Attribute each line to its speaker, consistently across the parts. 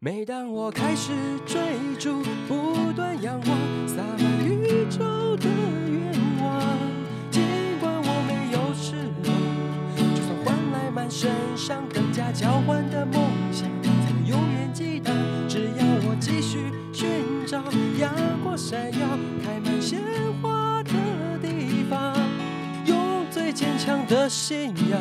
Speaker 1: 每当我开始追逐，不断仰望，洒满宇宙的愿望。尽管我没有翅膀，就算换来满身伤，更加交换的梦想，才能永远激荡。只要我继续寻找，阳光闪耀，开满鲜花的地方，用最坚强的信仰。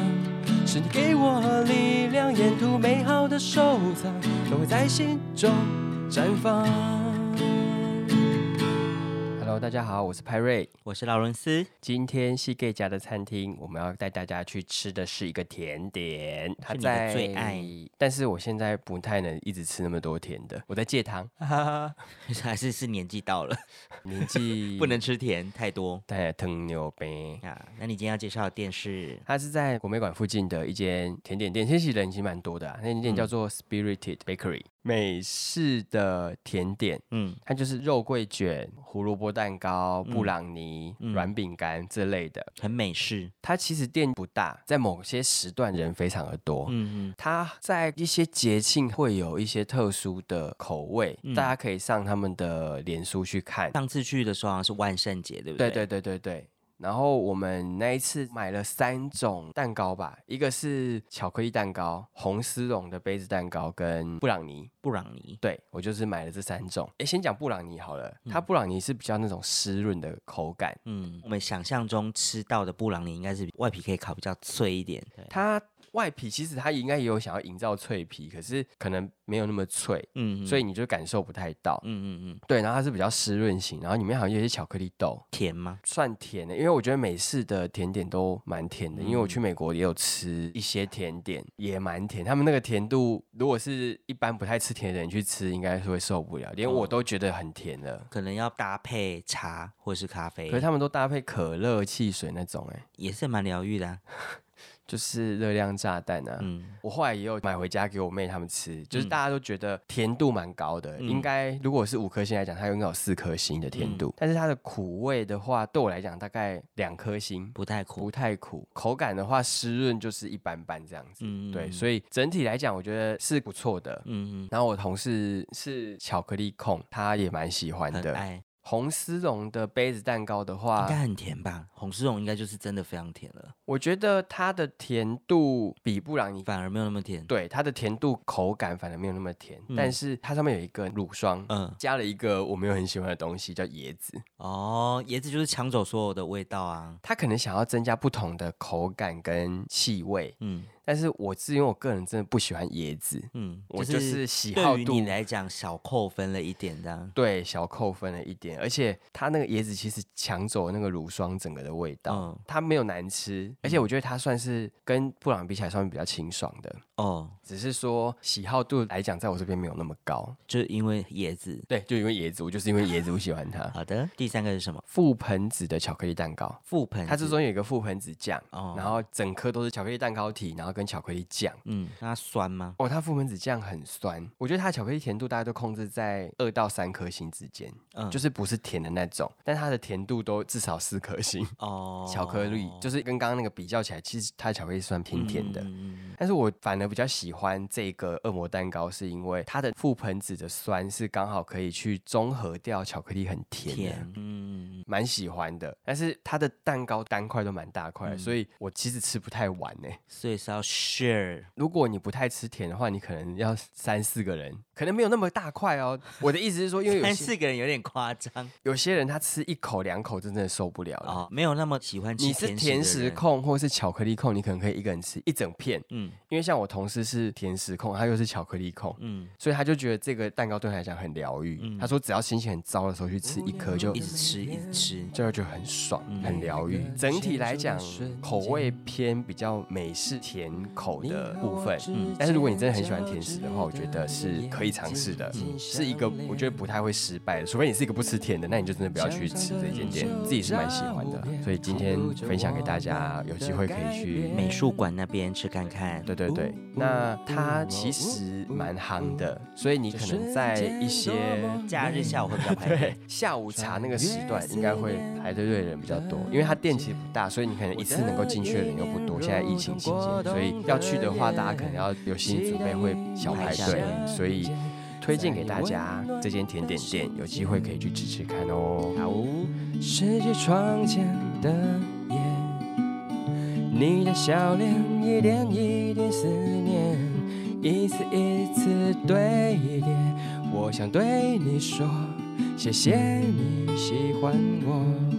Speaker 1: 是你给我力量，沿途美好的收藏都会在心中绽放。Hello，大家好，我是派瑞。
Speaker 2: 我是劳伦斯，
Speaker 1: 今天西盖家的餐厅，我们要带大家去吃的是一个甜点，它
Speaker 2: 是你的
Speaker 1: 在
Speaker 2: 最爱。
Speaker 1: 但是我现在不太能一直吃那么多甜的，我在戒糖。
Speaker 2: 还是是年纪到了，
Speaker 1: 年纪
Speaker 2: 不能吃甜太多
Speaker 1: 带藤牛呗。
Speaker 2: 啊。那你今天要介绍的店是
Speaker 1: 它是在国美馆附近的一间甜点店，其实人已经蛮多的、啊。那间
Speaker 2: 嗯
Speaker 1: 店叫做 Spirited Bakery，、美式的甜点，
Speaker 2: 嗯
Speaker 1: 它就是肉桂卷、胡萝卜蛋糕、
Speaker 2: 嗯
Speaker 1: 布朗尼、
Speaker 2: 嗯
Speaker 1: 软饼干这类的。
Speaker 2: 很美式，
Speaker 1: 它其实店不大，在某些时段人非常的多。
Speaker 2: 嗯嗯，
Speaker 1: 它在一些节庆会有一些特殊的口味，
Speaker 2: 嗯
Speaker 1: 大家可以上他们的脸书去看。
Speaker 2: 上次去的时候好像是万圣节，对不
Speaker 1: 对
Speaker 2: 对？
Speaker 1: 对对对对。然后我们那一次买了三种蛋糕吧，一个是巧克力蛋糕、红丝绒的杯子蛋糕跟布朗尼。
Speaker 2: 布朗尼，
Speaker 1: 对我就是买了这三种。诶，先讲布朗尼好了，它布朗尼是比较那种湿润的口感，
Speaker 2: 嗯，我们想象中吃到的布朗尼应该是外皮可以烤比较脆一点，对，
Speaker 1: 它外皮其实它应该也有想要营造脆皮，可是可能没有那么脆，
Speaker 2: 嗯嗯
Speaker 1: 所以你就感受不太到。
Speaker 2: 嗯嗯嗯，
Speaker 1: 对，然后它是比较湿润型，然后里面好像有一些巧克力豆，
Speaker 2: 甜吗？
Speaker 1: 算甜的，因为我觉得美式的甜点都蛮甜的，因为我
Speaker 2: 嗯
Speaker 1: 去美国也有吃一些甜点，也蛮甜。他们那个甜度，如果是一般不太吃甜的人去吃，应该是会受不了，连我
Speaker 2: 哦
Speaker 1: 都觉得很甜了。
Speaker 2: 可能要搭配茶或是咖啡
Speaker 1: 可，是他们都搭配可乐、汽水那种、哎，
Speaker 2: 也是蛮疗愈的啊、
Speaker 1: 就是热量炸弹啊。
Speaker 2: 嗯，
Speaker 1: 我后来也有买回家给我妹他们吃，就是
Speaker 2: 嗯
Speaker 1: 大家都觉得甜度蛮高的，
Speaker 2: 嗯
Speaker 1: 应该如果是五颗星来讲，它应该有四颗星的甜
Speaker 2: 嗯
Speaker 1: 度，但是它的苦味的话，对我来讲大概两颗星，
Speaker 2: 不太苦，
Speaker 1: 不太苦，口感的话湿润就是一般般这样子。
Speaker 2: 嗯
Speaker 1: 对，
Speaker 2: 以
Speaker 1: 所以整体来讲，我觉得是不错的。
Speaker 2: 嗯
Speaker 1: 然后我同事是巧克力控，他也蛮喜欢
Speaker 2: 嗯，很
Speaker 1: 的。啊
Speaker 2: 爱。
Speaker 1: 红丝绒的杯子蛋糕的
Speaker 2: 应
Speaker 1: 话，
Speaker 2: 该很甜吧？红丝绒应该就是真的非常甜了，
Speaker 1: 我觉得它的甜度比布朗尼，
Speaker 2: 反而没有那么甜。
Speaker 1: 对它的甜度口感反而没有那么甜，
Speaker 2: 嗯
Speaker 1: 但是它上面有一个乳霜，
Speaker 2: 嗯，
Speaker 1: 加了一个我没有很喜欢的东西，叫椰子。
Speaker 2: 哦，椰子就是抢走所有的味道啊。
Speaker 1: 它可能想要增加不同的口感跟气味，
Speaker 2: 嗯
Speaker 1: 但是我是因为我个人真的不喜欢椰子，
Speaker 2: 嗯，
Speaker 1: 我就是喜好
Speaker 2: 对于
Speaker 1: 度
Speaker 2: 你来讲小扣分了一点这样。嗯
Speaker 1: 对小扣分了一点，而且它那个椰子其实抢走那个乳霜整个的味道，
Speaker 2: 嗯
Speaker 1: 它没有难吃，而且我觉得它算是跟布朗比起来算是比较清爽的，
Speaker 2: 哦，
Speaker 1: 只是说喜好度来讲，在我这边没有那么高。
Speaker 2: 就是因为椰子。
Speaker 1: 对，就因为椰子，我就是因为椰子我喜欢它。
Speaker 2: 好的，第三个是什么？
Speaker 1: 覆盆子的巧克力蛋糕，
Speaker 2: 覆盆子。
Speaker 1: 它之中有一个覆盆子酱，
Speaker 2: 哦，
Speaker 1: 然后整颗都是巧克力蛋糕体，然后跟巧克力酱。
Speaker 2: 嗯，那它酸吗？
Speaker 1: 哦，它覆盆子酱很酸，我觉得它的巧克力甜度大概都控制在二到三颗星之间。
Speaker 2: 嗯，
Speaker 1: 就是不是甜的那种，但它的甜度都至少四颗星。
Speaker 2: 哦，
Speaker 1: 巧克力就是跟刚刚那个比较起来，其实它的巧克力算偏甜的。
Speaker 2: 嗯嗯嗯
Speaker 1: 但是我反而比较喜欢这个恶魔蛋糕，是因为它的覆盆子的酸是刚好可以去中和掉巧克力很
Speaker 2: 嗯
Speaker 1: 甜的，
Speaker 2: 甜，嗯，
Speaker 1: 蛮喜欢的。但是它的蛋糕单块都蛮大块的，
Speaker 2: 嗯
Speaker 1: 所以我其实吃不太完呢、
Speaker 2: 所以是要 share。
Speaker 1: 如果你不太吃甜的话，你可能要三四个人，可能没有那么大块哦。我的意思是说，因为有
Speaker 2: 但
Speaker 1: 些
Speaker 2: 四个人有点夸 张
Speaker 1: 有些人他吃一口两口真的受不了了。
Speaker 2: 哦，没有那么喜欢吃
Speaker 1: 你是甜
Speaker 2: 食的
Speaker 1: 食
Speaker 2: 人，
Speaker 1: 控或是巧克力控，你可能可以一个人吃一整片，
Speaker 2: 嗯
Speaker 1: 因为像我同事是甜食控，他又是巧克力控，
Speaker 2: 嗯，
Speaker 1: 所以他就觉得这个蛋糕对他来讲很疗愈。
Speaker 2: 嗯
Speaker 1: 他说只要心情很糟的时候去吃一颗就
Speaker 2: 一直吃一直吃，
Speaker 1: 就就很爽，
Speaker 2: 嗯
Speaker 1: 很疗愈。整体来讲
Speaker 3: 牵手的瞬，间
Speaker 1: 口味偏比较美式甜口的
Speaker 3: 的部
Speaker 1: 部
Speaker 3: 分
Speaker 1: 分。。
Speaker 2: 嗯
Speaker 1: 但是如果你真的很喜欢甜食的话，我觉得是可以尝试的，
Speaker 3: 嗯
Speaker 1: 是一个我觉得不太会失败的，除非你是一个不吃甜的，那你就真的不要去吃这间店，自己是蛮喜欢的，
Speaker 3: 嗯
Speaker 1: 所以今天分享给大家，有机会可以去
Speaker 2: 美术馆那边吃看看。
Speaker 1: 对对对，
Speaker 3: 嗯
Speaker 1: 那它其实蛮夯的，所以你可能在一些
Speaker 3: 嗯
Speaker 2: 假日下午会比 较排
Speaker 1: 对
Speaker 2: 队。
Speaker 1: 下午茶那个时段，应该会排队队的人比较多，因为它店其实不大，所以你可能一次能够进去的人又不多。现在疫情期间，所以要去的话，大家可能要有心理准备，会小排队，所以推荐给大家这间甜点店，有机会可以去吃吃看哦。
Speaker 2: 好，
Speaker 1: 拾起窗前的夜，你的笑脸一点一滴思念，一次一次堆叠。我想对你说，谢谢你喜欢我。